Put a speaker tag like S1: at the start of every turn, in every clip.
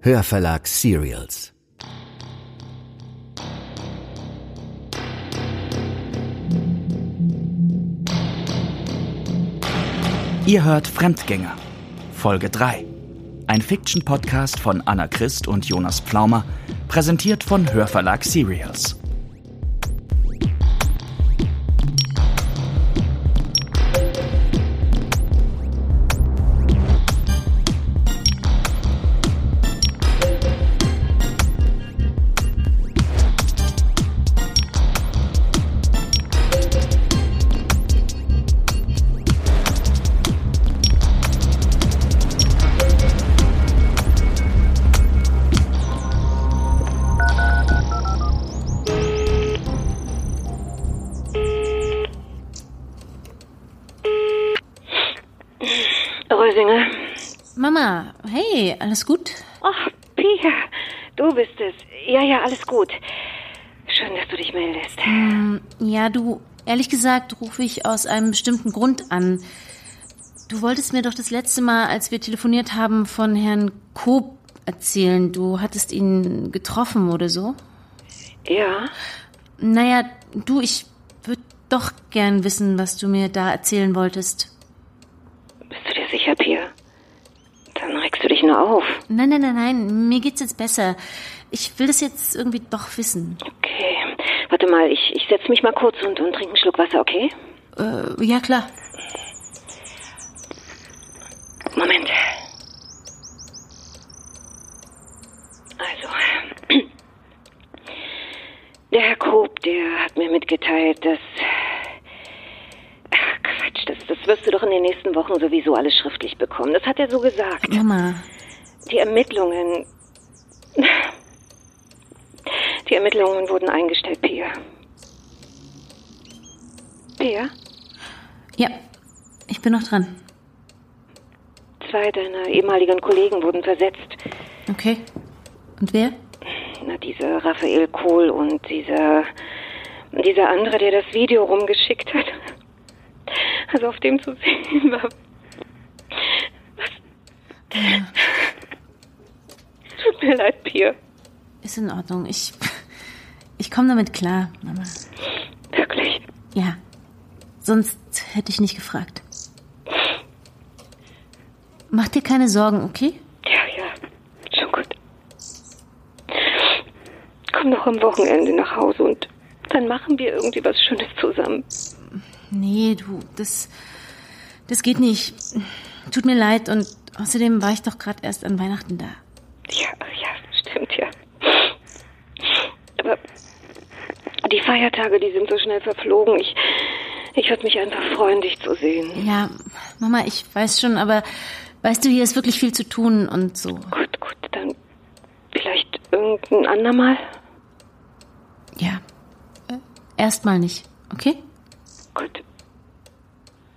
S1: Hörverlag Serials.
S2: Ihr hört Fremdgänger, Folge 3. Ein Fiction-Podcast von Anna Christ und Jonas Pflaumer, präsentiert von Hörverlag Serials.
S3: Rösinger.
S4: Mama, hey, alles gut?
S3: Ach, Pia, du bist es. Ja, ja, alles gut. Schön, dass du dich meldest.
S4: Ja, du, ehrlich gesagt rufe ich aus einem bestimmten Grund an. Du wolltest mir doch das letzte Mal, als wir telefoniert haben, von Herrn Koop erzählen. Du hattest ihn getroffen oder so?
S3: Ja,
S4: Naja, du, ich würde doch gern wissen, was du mir da erzählen wolltest.
S3: bist du dir sicher, Pia? Dann regst du dich nur auf.
S4: Nein, nein, nein, nein, mir geht's jetzt besser. Ich will das jetzt irgendwie doch wissen.
S3: Okay. Warte mal, ich, ich setze mich mal kurz und, und trinke einen Schluck Wasser, okay?
S4: Äh, ja, klar.
S3: Moment. Also, der Herr Koop, der hat mir mitgeteilt, dass. Ach, Quatsch, das, das wirst du doch in den nächsten Wochen sowieso alles schriftlich bekommen. Das hat er so gesagt.
S4: Mama,
S3: Die Ermittlungen. Die Ermittlungen wurden eingestellt, Pia. Pia,
S4: ja, ich bin noch dran.
S3: zwei deiner ehemaligen Kollegen wurden versetzt.
S4: Okay. Und wer?
S3: Na, dieser Raphael Kohl und dieser. dieser andere, der das Video rumgeschickt hat. Also auf dem zu sehen war. Was? Tut mir leid, Pia.
S4: Ist in Ordnung. Ich, ich komme damit klar, Mama.
S3: Wirklich.
S4: Ja. Sonst hätte ich nicht gefragt. Mach dir keine Sorgen, okay?
S3: Ja, ja, schon gut. Komm noch am Wochenende nach Hause und dann machen wir irgendwie was Schönes zusammen.
S4: Nee, du, das, das geht nicht. Tut mir leid und außerdem war ich doch gerade erst an Weihnachten da.
S3: Ja, ja, stimmt ja. Aber die Feiertage, die sind so schnell verflogen. Ich, ich würde mich einfach freuen, dich zu sehen.
S4: Ja, Mama, ich weiß schon, aber weißt du, hier ist wirklich viel zu tun und so.
S3: Gut, gut, dann vielleicht irgendein andermal.
S4: Ja. Äh, Erstmal nicht, okay?
S3: Gut.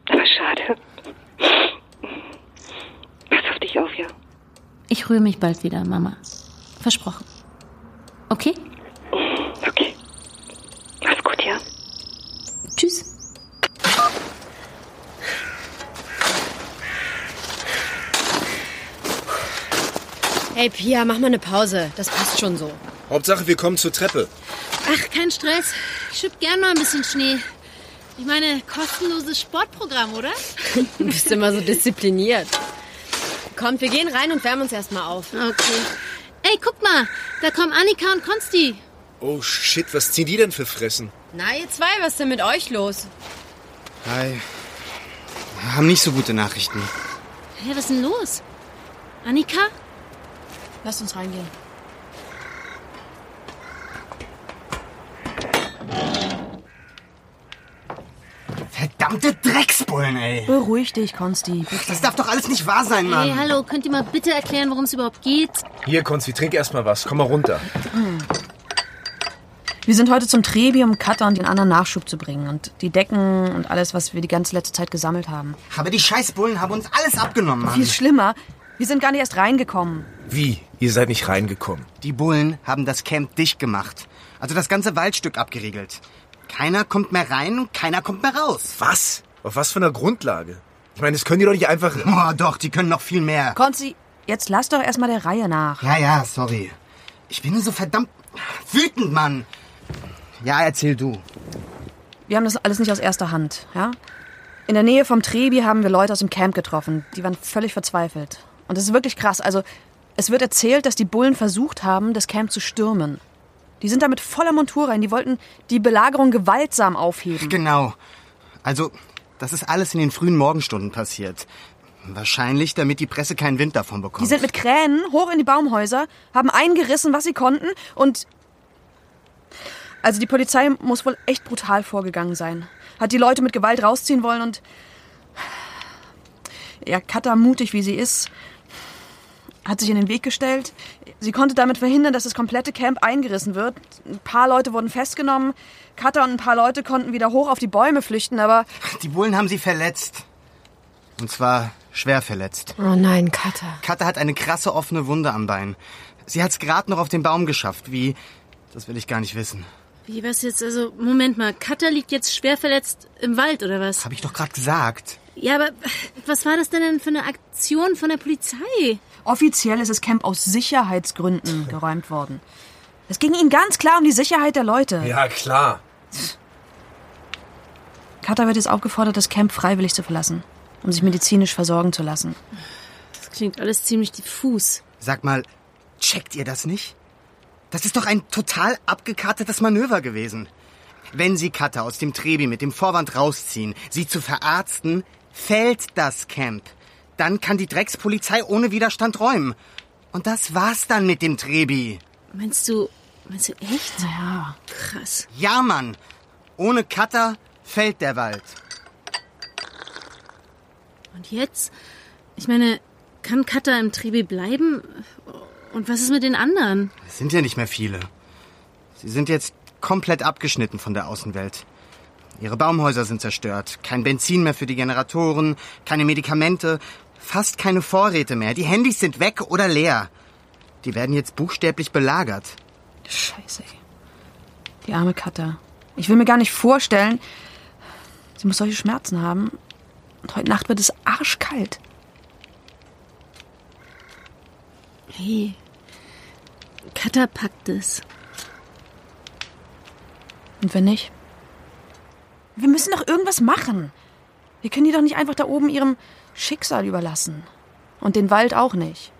S3: Aber schade. Pass auf dich auf, ja.
S4: Ich rühre mich bald wieder, Mama. Versprochen. Okay?
S3: Okay. Mach's gut, ja.
S4: Tschüss.
S5: Hey Pia, mach mal eine Pause. Das passt schon so.
S6: Hauptsache, wir kommen zur Treppe.
S4: Ach, kein Stress. Ich schütt gern mal ein bisschen Schnee. Ich meine, kostenloses Sportprogramm, oder?
S5: Du bist immer so diszipliniert. Kommt, wir gehen rein und wärmen uns erstmal auf.
S4: Okay. Ey, guck mal, da kommen Annika und Konsti.
S6: Oh shit, was ziehen die denn für Fressen?
S5: Na, ihr zwei, was ist denn mit euch los?
S7: Hi. Haben nicht so gute Nachrichten.
S4: Hä, was ist denn los? Annika?
S5: Lasst uns reingehen.
S7: Verdammte Drecksbullen, ey.
S8: Beruhig dich, Konsti.
S7: Das darf doch alles nicht wahr sein,
S4: Hey,
S7: Mann.
S4: hallo, könnt ihr mal bitte erklären, worum es überhaupt geht?
S6: Hier, Konzi, trink erstmal was. Komm mal runter.
S8: Wir sind heute zum Trebi, um Cutter und den anderen Nachschub zu bringen. Und die Decken und alles, was wir die ganze letzte Zeit gesammelt haben.
S7: Aber die Scheißbullen haben uns alles abgenommen,
S8: Viel
S7: Mann.
S8: schlimmer, wir sind gar nicht erst reingekommen.
S6: Wie? Ihr seid nicht reingekommen.
S7: Die Bullen haben das Camp dicht gemacht. Also das ganze Waldstück abgeriegelt. Keiner kommt mehr rein und keiner kommt mehr raus.
S6: Was? Auf was für einer Grundlage? Ich meine, das können die doch nicht einfach...
S7: Oh, doch, die können noch viel mehr.
S8: Konsti, Jetzt lass doch erstmal der Reihe nach.
S7: Ja, ja, sorry. Ich bin nur so verdammt wütend, Mann. Ja, erzähl du.
S8: Wir haben das alles nicht aus erster Hand, ja? In der Nähe vom Trebi haben wir Leute aus dem Camp getroffen. Die waren völlig verzweifelt. Und das ist wirklich krass. Also, es wird erzählt, dass die Bullen versucht haben, das Camp zu stürmen. Die sind da mit voller Montur rein. Die wollten die Belagerung gewaltsam aufheben.
S7: Genau. Also, das ist alles in den frühen Morgenstunden passiert. Wahrscheinlich, damit die Presse keinen Wind davon bekommt.
S8: Die sind mit Kränen hoch in die Baumhäuser, haben eingerissen, was sie konnten und... Also die Polizei muss wohl echt brutal vorgegangen sein. Hat die Leute mit Gewalt rausziehen wollen und... Ja, Katha, mutig wie sie ist, hat sich in den Weg gestellt. Sie konnte damit verhindern, dass das komplette Camp eingerissen wird. Ein paar Leute wurden festgenommen. Katha und ein paar Leute konnten wieder hoch auf die Bäume flüchten, aber...
S7: Die Bullen haben sie verletzt. Und zwar schwer verletzt.
S5: Oh nein, Katha.
S7: Katha hat eine krasse offene Wunde am Bein. Sie hat's gerade noch auf den Baum geschafft. Wie? Das will ich gar nicht wissen.
S4: Wie was jetzt? Also, Moment mal, Katha liegt jetzt schwer verletzt im Wald oder was?
S7: Hab ich doch gerade gesagt.
S4: Ja, aber was war das denn, denn für eine Aktion von der Polizei?
S8: Offiziell ist das Camp aus Sicherheitsgründen geräumt worden. Es ging ihnen ganz klar um die Sicherheit der Leute.
S6: Ja, klar.
S8: Katha wird jetzt aufgefordert, das Camp freiwillig zu verlassen, um sich medizinisch versorgen zu lassen.
S4: Das klingt alles ziemlich diffus.
S7: Sag mal, checkt ihr das nicht? Das ist doch ein total abgekartetes Manöver gewesen. Wenn sie Katha aus dem Trebi mit dem Vorwand rausziehen, sie zu verarzten, fällt das Camp. Dann kann die Dreckspolizei ohne Widerstand räumen. Und das war's dann mit dem Trebi.
S4: Meinst du, meinst du echt?
S8: Ja.
S4: Krass.
S7: Ja, Mann. Ohne Katha fällt der Wald.
S4: Und jetzt? Ich meine, kann Katha im Trebi bleiben? Und was ist mit den anderen?
S7: Es sind ja nicht mehr viele. Sie sind jetzt komplett abgeschnitten von der Außenwelt. Ihre Baumhäuser sind zerstört, kein Benzin mehr für die Generatoren, keine Medikamente, fast keine Vorräte mehr. Die Handys sind weg oder leer. Die werden jetzt buchstäblich belagert.
S8: Scheiße, ey. Die arme Katha. Ich will mir gar nicht vorstellen, sie muss solche Schmerzen haben. Und heute Nacht wird es arschkalt.
S4: Hey, Katha packt es.
S8: Und wenn nicht? Wir müssen doch irgendwas machen. Wir können die doch nicht einfach da oben ihrem Schicksal überlassen. Und den Wald auch nicht.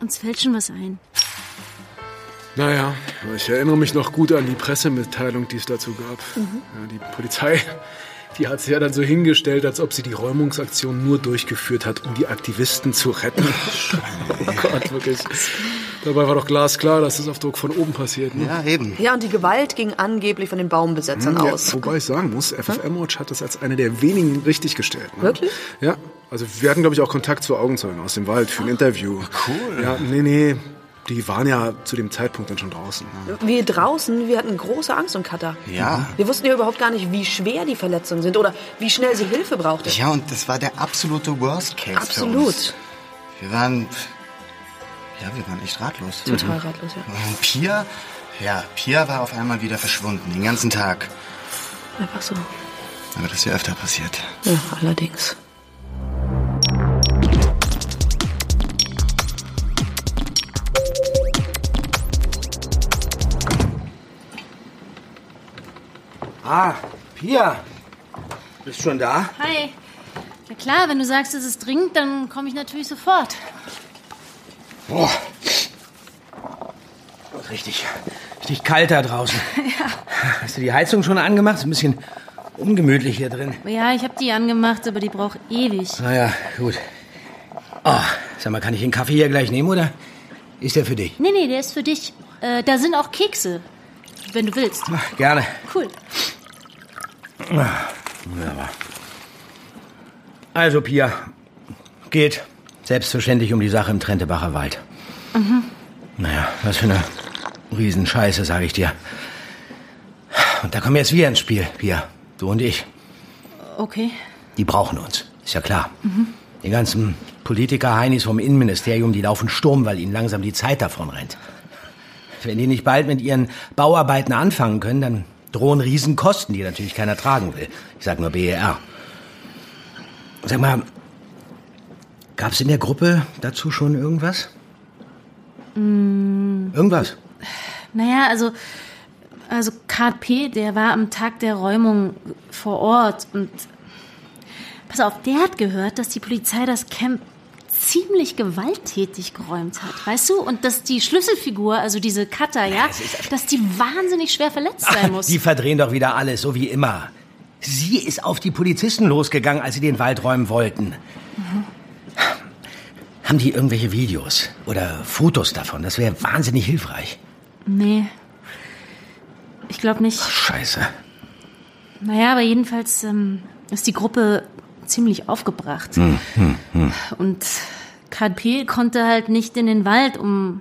S4: Uns fällt schon was ein.
S9: Naja, ich erinnere mich noch gut an die Pressemitteilung, die es dazu gab. Ja, die Polizei, die hat es ja dann so hingestellt, als ob sie die Räumungsaktion nur durchgeführt hat, um die Aktivisten zu retten. oh Gott, wirklich. Dabei war doch glasklar, dass das auf Druck von oben passiert. Ne?
S7: Ja, eben.
S8: Ja, und die Gewalt ging angeblich von den Baumbesetzern
S9: Ja,
S8: aus.
S9: wobei ich sagen muss, FFM-Watch hat das als eine der wenigen richtig gestellt. Ne?
S8: Wirklich?
S9: Ja. Also wir hatten, glaube ich, auch Kontakt zu Augenzeugen aus dem Wald für ein Interview. Ah, Cool. Ja, nee, nee. Die waren ja zu dem Zeitpunkt dann schon draußen. Ne?
S8: Wir draußen, wir hatten große Angst um Katha.
S7: Ja.
S8: Wir wussten ja überhaupt gar nicht, wie schwer die Verletzungen sind oder wie schnell sie Hilfe brauchte.
S7: Ja, und das war der absolute Worst Case. Für uns.
S8: Absolut.
S7: Wir waren. Ja, wir waren echt ratlos.
S8: Total ratlos, ja.
S7: Und Äh, Pia? Ja, Pia war auf einmal wieder verschwunden, den ganzen Tag.
S8: Einfach so.
S7: Aber das ist ja öfter passiert.
S8: Ja, allerdings.
S6: Ah, Pia. Bist schon da?
S4: Hi. Na klar, wenn du sagst, es ist dringend, dann komme ich natürlich sofort.
S6: Boah. Ist Richtig, richtig kalt da draußen. Ja. Hast du die Heizung schon angemacht? Ist ein bisschen ungemütlich hier drin.
S4: Ja, ich habe die angemacht, aber die braucht ewig.
S6: Naja, gut. Oh, sag mal, kann ich den Kaffee hier gleich nehmen, oder? Ist der für dich?
S4: Nee, nee, der ist für dich. Äh, da sind auch Kekse, wenn du willst.
S6: Ach, gerne.
S4: Cool.
S6: Wunderbar. Also, Pia, geht selbstverständlich um die Sache im Trentebacher Wald. Mhm. Naja, was für eine Riesenscheiße, sage ich dir. Und da kommen jetzt wir ins Spiel, Pia. Du und ich.
S4: Okay.
S6: Die brauchen uns, ist ja klar. Die ganzen Politiker-Heinis vom Innenministerium, die laufen Sturm, weil ihnen langsam die Zeit davon rennt. Wenn die nicht bald mit ihren Bauarbeiten anfangen können, dann drohen Riesenkosten, die natürlich keiner E tragen will. Ich sag nur BER. Sag mal, Gab's in der Gruppe dazu schon irgendwas? Irgendwas?
S4: Naja, also, also KP, der war am Tag der Räumung vor Ort und pass auf, der hat gehört, dass die Polizei das Camp ziemlich gewalttätig geräumt hat, weißt du? Und dass die Schlüsselfigur, also diese Cutter, ja, dass die wahnsinnig schwer verletzt sein muss.
S6: Die verdrehen doch wieder alles, so wie immer. Sie ist auf die Polizisten losgegangen, als sie den Wald räumen wollten. Haben die irgendwelche Videos oder Fotos davon? Das wäre wahnsinnig hilfreich.
S4: Nee. Ich glaube nicht.
S6: Scheiße.
S4: Naja, aber jedenfalls ähm, ist die Gruppe ziemlich aufgebracht. Und KP konnte halt nicht in den Wald, um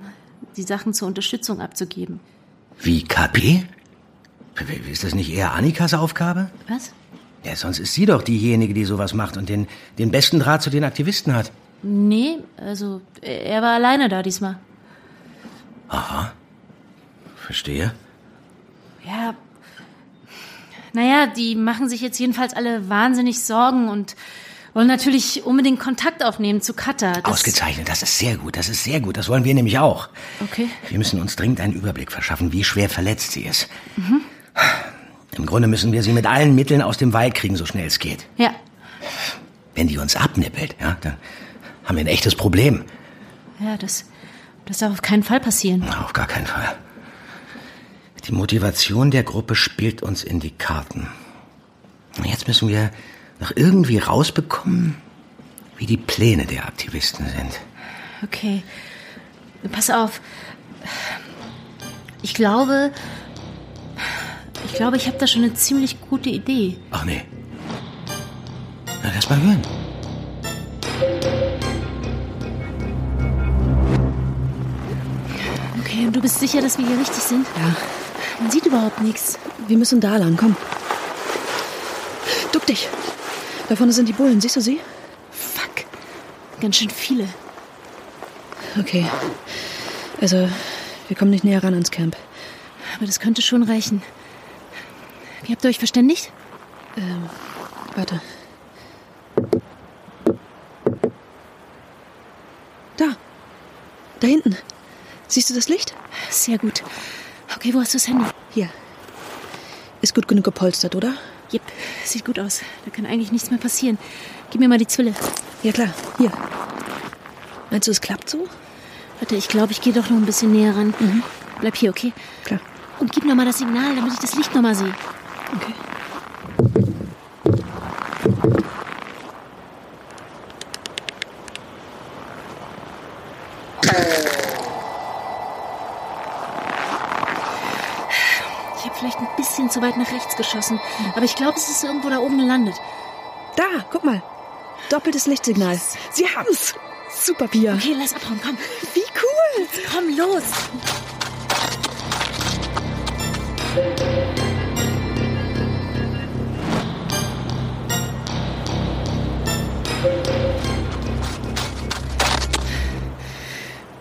S4: die Sachen zur Unterstützung abzugeben.
S6: Wie KP? Ist das nicht eher Annikas Aufgabe?
S4: Was?
S6: Ja, sonst ist sie doch diejenige, die sowas macht und den, den besten Draht zu den Aktivisten hat.
S4: Nee, also äh, er war alleine da diesmal.
S6: Verstehe.
S4: Ja. Naja, die machen sich jetzt jedenfalls alle wahnsinnig Sorgen und wollen natürlich unbedingt Kontakt aufnehmen zu Katha. Das-
S6: Ausgezeichnet, das ist sehr gut, das ist sehr gut. Das wollen wir nämlich auch.
S4: Okay.
S6: Wir müssen uns dringend einen Überblick verschaffen, wie schwer verletzt sie ist. Mhm. Im Grunde müssen wir sie mit allen Mitteln aus dem Wald kriegen, so schnell es geht.
S4: Ja.
S6: Wenn die uns abnippelt, ja, dann haben wir ein echtes Problem.
S4: Ja, das, das darf auf keinen Fall passieren.
S6: Na, Auf gar keinen Fall. Die Motivation der Gruppe spielt uns in die Karten. Und Jetzt müssen wir noch irgendwie rausbekommen, wie die Pläne der Aktivisten sind.
S4: Okay. Pass auf. Ich glaube, ich glaube, ich habe da schon eine ziemlich gute Idee.
S6: Ach nee. Na, lass mal hören.
S4: Okay, und du bist sicher, dass wir hier richtig sind?
S8: Ja.
S4: Man sieht überhaupt nichts.
S8: Wir müssen da lang, komm. Duck dich. Da vorne sind die Bullen, siehst du sie?
S4: Fuck. Ganz schön viele.
S8: Okay. Also, wir kommen nicht näher ran ans Camp.
S4: Aber das könnte schon reichen. Wie habt ihr euch verständigt?
S8: Warte. Da. Da hinten. Siehst du das Licht?
S4: Sehr gut. Okay, wo hast du das Handy?
S8: Hier. Ist gut genug gepolstert, oder?
S4: Jep, sieht gut aus. Da kann eigentlich nichts mehr passieren. Gib mir mal die Zwille.
S8: Ja klar, hier. Meinst du, es klappt so?
S4: Warte, ich glaube, ich gehe doch noch ein bisschen näher ran. Bleib hier, okay?
S8: Mhm. Klar.
S4: Und gib nochmal das Signal, damit ich das Licht nochmal sehe.
S8: Okay.
S4: Ich habe vielleicht ein bisschen zu weit nach rechts geschossen.
S8: Mhm.
S4: Aber ich glaube, es ist irgendwo da oben gelandet.
S8: Da, guck mal. Doppeltes Lichtsignal. Sie haben's. Super Bier.
S4: Okay, lass abhauen, komm.
S8: Wie cool.
S4: Komm, los.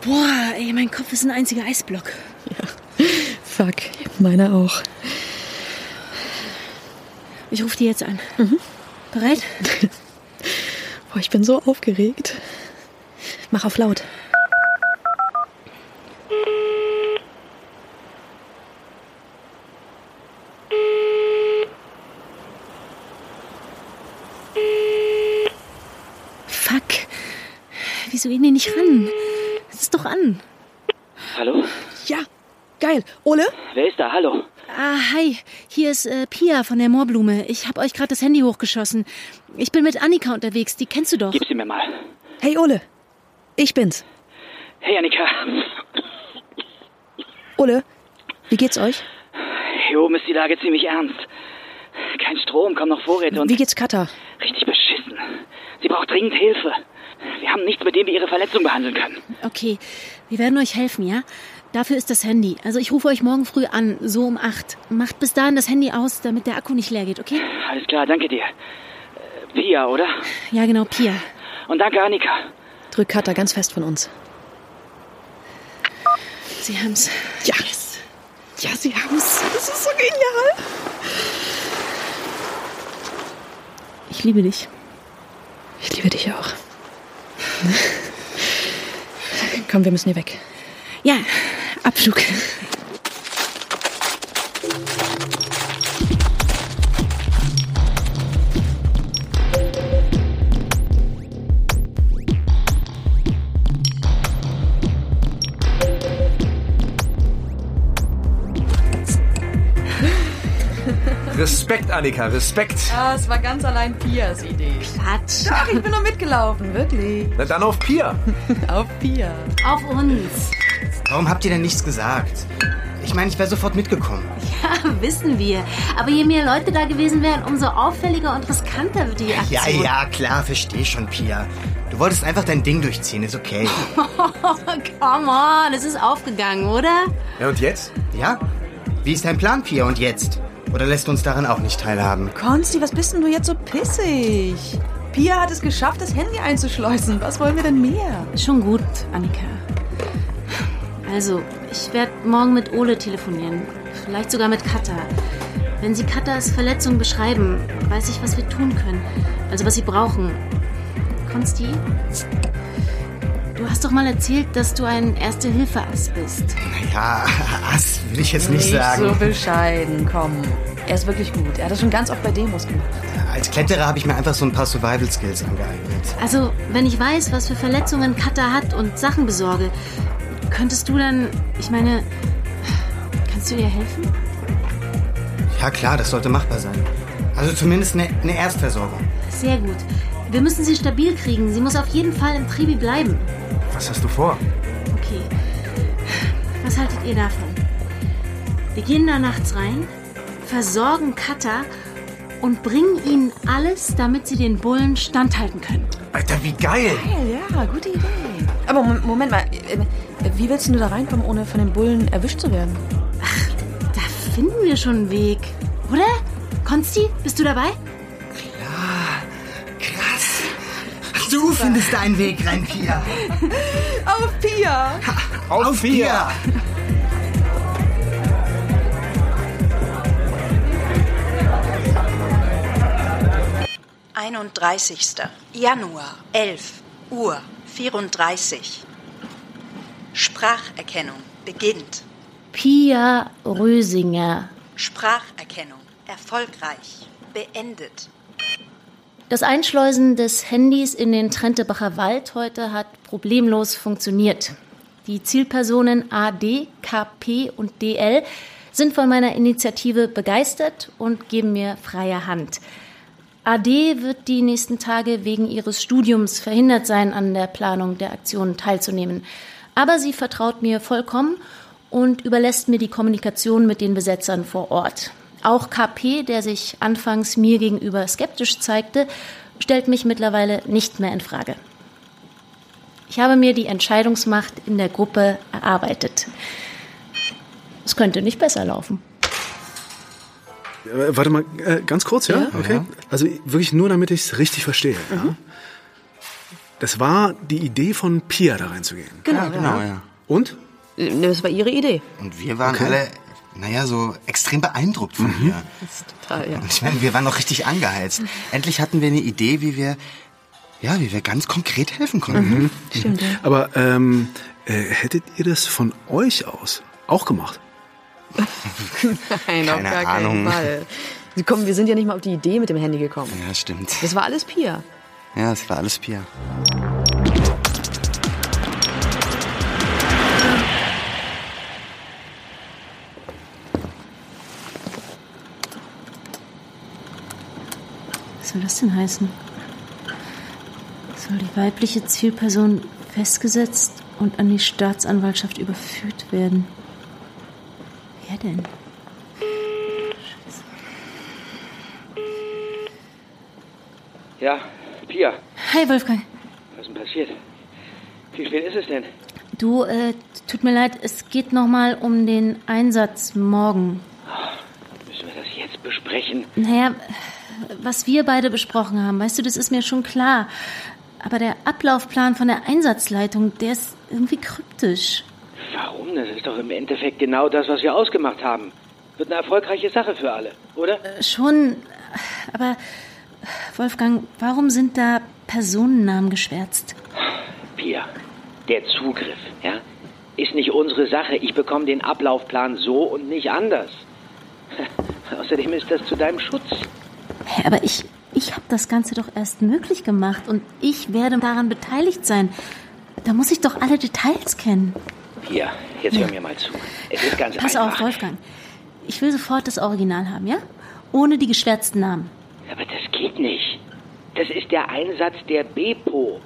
S4: Boah, ey, mein Kopf ist ein einziger Eisblock.
S8: Fuck, meiner auch.
S4: Ich rufe die jetzt an. Bereit?
S8: Boah, ich bin so aufgeregt. Mach auf laut.
S4: Fuck. Wieso gehen die nicht ran? Es ist doch an.
S10: Hallo?
S8: Ja, geil. Ole?
S10: Wer ist da? Hallo?
S4: Ah, hi. Hier ist äh, Pia von der Moorblume. Ich habe euch gerade das Handy hochgeschossen. Ich bin mit Annika unterwegs. Die kennst du doch.
S10: Gib sie mir mal.
S8: Hey Ole. Ich bin's.
S10: Hey, Annika.
S8: Ole, wie geht's euch?
S10: Hier oben ist die Lage ziemlich ernst. Kein Strom, kaum noch Vorräte und
S8: Wie geht's Katha?
S10: richtig beschissen. Sie braucht dringend Hilfe. Wir haben nichts, mit dem wir ihre Verletzung behandeln können.
S4: Okay, wir werden euch helfen, ja? Dafür ist das Handy. Also ich rufe euch morgen früh an, so um acht. Macht bis dahin das Handy aus, damit der Akku nicht leer geht, okay?
S10: Alles klar, danke dir. Äh, Pia, oder?
S4: Ja, genau, Pia.
S10: Und danke, Annika.
S8: Drück Katha ganz fest von uns.
S4: Sie haben's.
S8: Ja. Ja, sie haben's. Das ist so genial.
S4: Ich liebe dich.
S8: Ich liebe dich auch. Komm, wir müssen hier weg.
S11: Ja, Abflug.
S12: Respekt, Annika, Respekt.
S8: Ah, es war ganz allein Pias Idee.
S11: Quatsch.
S8: Doch, ich bin nur mitgelaufen, wirklich.
S12: Na dann auf Pia.
S8: Auf Pia.
S4: Auf uns.
S7: Warum habt ihr denn nichts gesagt? Ich meine, ich wäre sofort mitgekommen.
S4: Ja, wissen wir. Aber je mehr Leute da gewesen wären, umso auffälliger und riskanter wird die
S7: Ja,
S4: Aktion.
S7: ja, klar, verstehe schon, Pia. Du wolltest einfach dein Ding durchziehen, ist okay.
S4: Oh, Come on, es ist aufgegangen, oder?
S7: Ja, und jetzt? Ja? Wie ist dein Plan, Pia, und jetzt? Oder lässt du uns daran auch nicht teilhaben?
S8: Konsti, was bist denn du jetzt so pissig? Pia hat es geschafft, das Handy einzuschleusen. Was wollen wir denn mehr?
S4: Schon gut, Annika. Also, ich werde morgen mit Ole telefonieren. Vielleicht sogar mit Katha. Wenn Sie Katas Verletzung beschreiben, weiß ich, was wir tun können. Also, was Sie brauchen. Konsti, du hast doch mal erzählt, dass du ein Erste-Hilfe-Ass bist.
S7: Ja, Ass will ich jetzt nicht,
S8: so
S7: sagen.
S8: bescheiden, komm. Er ist wirklich gut. Er hat das schon ganz oft bei Demos gemacht.
S7: Als Kletterer habe ich mir einfach so ein paar Survival Skills angeeignet.
S4: Also, wenn ich weiß, was für Verletzungen Katha hat und Sachen besorge, könntest du dann, ich meine, kannst du ihr helfen?
S7: Ja, klar, das sollte machbar sein. Also zumindest eine, eine Erstversorgung.
S4: Sehr gut. Wir müssen sie stabil kriegen. Sie muss auf jeden Fall im Trebi bleiben.
S7: Was hast du vor?
S4: Okay. Was haltet ihr davon? Wir gehen da nachts rein, versorgen Cutter und bringen ihnen alles, damit sie den Bullen standhalten können.
S12: Alter, wie geil.
S8: Ja, gute Idee. Aber Mo- Moment mal, äh, äh, wie willst denn du da reinkommen, ohne von den Bullen erwischt zu werden?
S4: Da finden wir schon einen Weg. Oder? Konsti, bist du dabei?
S7: Krass. Du findest deinen Weg rein, Pia.
S8: Auf Pia!
S12: Auf, Pia.
S13: einunddreißigster Januar, elf Uhr, vierunddreißig. Spracherkennung beginnt.
S4: Pia Rösinger.
S13: Spracherkennung erfolgreich beendet.
S4: Das Einschleusen des Handys in den Trentebacher Wald heute hat problemlos funktioniert. Die Zielpersonen AD, KP und DL sind von meiner Initiative begeistert und geben mir freie Hand. AD wird die nächsten Tage wegen ihres Studiums verhindert sein, an der Planung der Aktion teilzunehmen. Aber sie vertraut mir vollkommen und überlässt mir die Kommunikation mit den Besetzern vor Ort. Auch KP, der sich anfangs mir gegenüber skeptisch zeigte, stellt mich mittlerweile nicht mehr in Frage. Ich habe mir die Entscheidungsmacht in der Gruppe erarbeitet. Es könnte nicht besser laufen.
S9: Äh, warte mal, äh, ganz kurz, ja? Okay. Also wirklich nur, damit ich es richtig verstehe.
S7: Mhm.
S9: Ja? Das war die Idee von Pia, da reinzugehen.
S7: Genau, ja, genau, ja.
S9: Und?
S8: Das war ihre Idee.
S7: Und wir waren alle, naja, so extrem beeindruckt von ihr.
S8: Das ist total, Ah, ja.
S7: Und ich meine, wir waren noch richtig angeheizt. Endlich hatten wir eine Idee, wie wir, ja, wie wir ganz konkret helfen konnten.
S8: Stimmt, ja.
S9: Aber ähm, äh, hättet ihr das von euch aus auch gemacht?
S8: Nein, auf
S7: Keine
S8: gar keinen
S7: Ahnung.
S8: Fall. Sie kommen, wir sind ja nicht mal auf die Idee mit dem Handy gekommen.
S7: Ja, stimmt.
S8: Das war alles Pia.
S7: Ja, es war alles Pia.
S4: Was soll das denn heißen? Soll die weibliche Zielperson festgesetzt und an die Staatsanwaltschaft überführt werden? Wer denn?
S10: Ja, Pia,
S4: Hi Wolfgang.
S10: was ist denn passiert? Wie spät ist es denn?
S4: Du, äh, tut mir leid, es geht nochmal um den Einsatz morgen.
S10: Müssen wir das jetzt besprechen?
S4: Naja, was wir beide besprochen haben, weißt du, das ist mir schon klar. Aber der Ablaufplan von der Einsatzleitung, der ist irgendwie kryptisch.
S10: Warum? Das ist doch im Endeffekt genau das, was wir ausgemacht haben. Wird eine erfolgreiche Sache für alle, oder?
S4: Äh, Schon, aber Wolfgang, warum sind da Personennamen geschwärzt?
S10: Pia, der Zugriff, ja, ist nicht unsere Sache. Ich bekomme den Ablaufplan so und nicht anders. Außerdem ist das zu deinem Schutz.
S4: Hä, Aber ich, ich habe das Ganze doch erst möglich gemacht und ich werde daran beteiligt sein. Da muss ich doch alle Details kennen.
S10: Pia, jetzt hör mir mal zu. Es ist ganz
S4: Pass
S10: einfach.
S4: auf, Wolfgang. Ich will sofort das Original haben, ja? Ohne die geschwärzten Namen.
S10: Aber das geht nicht. Das ist der Einsatz der Bepo.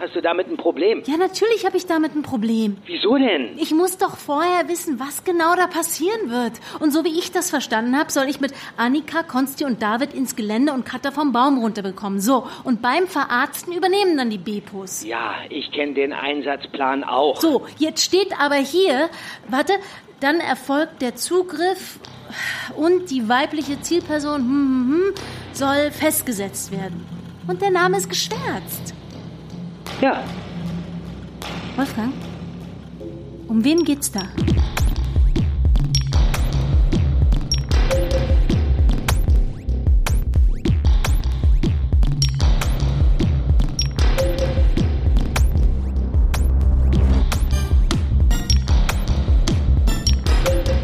S10: Hast du damit ein Problem?
S4: Ja, natürlich habe ich damit ein Problem.
S10: Wieso denn?
S4: Ich muss doch vorher wissen, was genau da passieren wird. Und so wie ich das verstanden habe, soll ich mit Annika, Konsti und David ins Gelände und Katha vom Baum runterbekommen. So, und beim Verarzten übernehmen dann die Bepos.
S10: Ja, ich kenne den Einsatzplan auch.
S4: So, jetzt steht aber hier, warte, dann erfolgt der Zugriff und die weibliche Zielperson hm, hm, hm, soll festgesetzt werden. Und der Name ist geschwärzt.
S10: Ja.
S4: Wolfgang, um wen geht's da?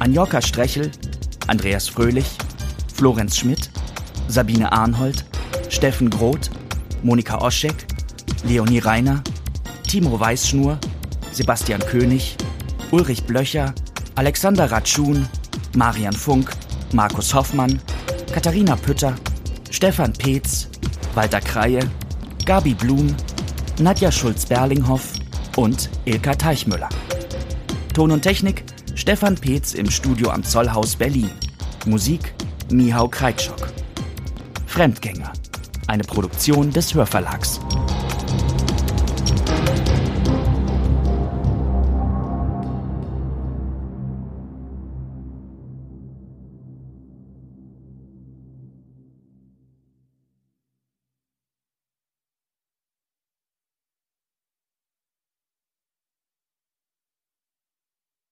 S2: Anjoka Strechel, Andreas Fröhlich, Florenz Schmidt, Sabine Arnhold, Steffen Groth, Monika Oschek, Leonie Reiner, Timo Weißschnur, Sebastian König, Ulrich Blöcher, Alexander Ratschun, Marian Funk, Markus Hoffmann, Katharina Pütter, Stefan Peetz, Walter Kreie, Gabi Blum, Nadja Schulz-Berlinghoff und Ilka Teichmüller. Ton und Technik Stefan Peetz im Studio am Zollhaus Berlin. Musik Mihau Kreitschok. Fremdgänger. Eine Produktion des Hörverlags.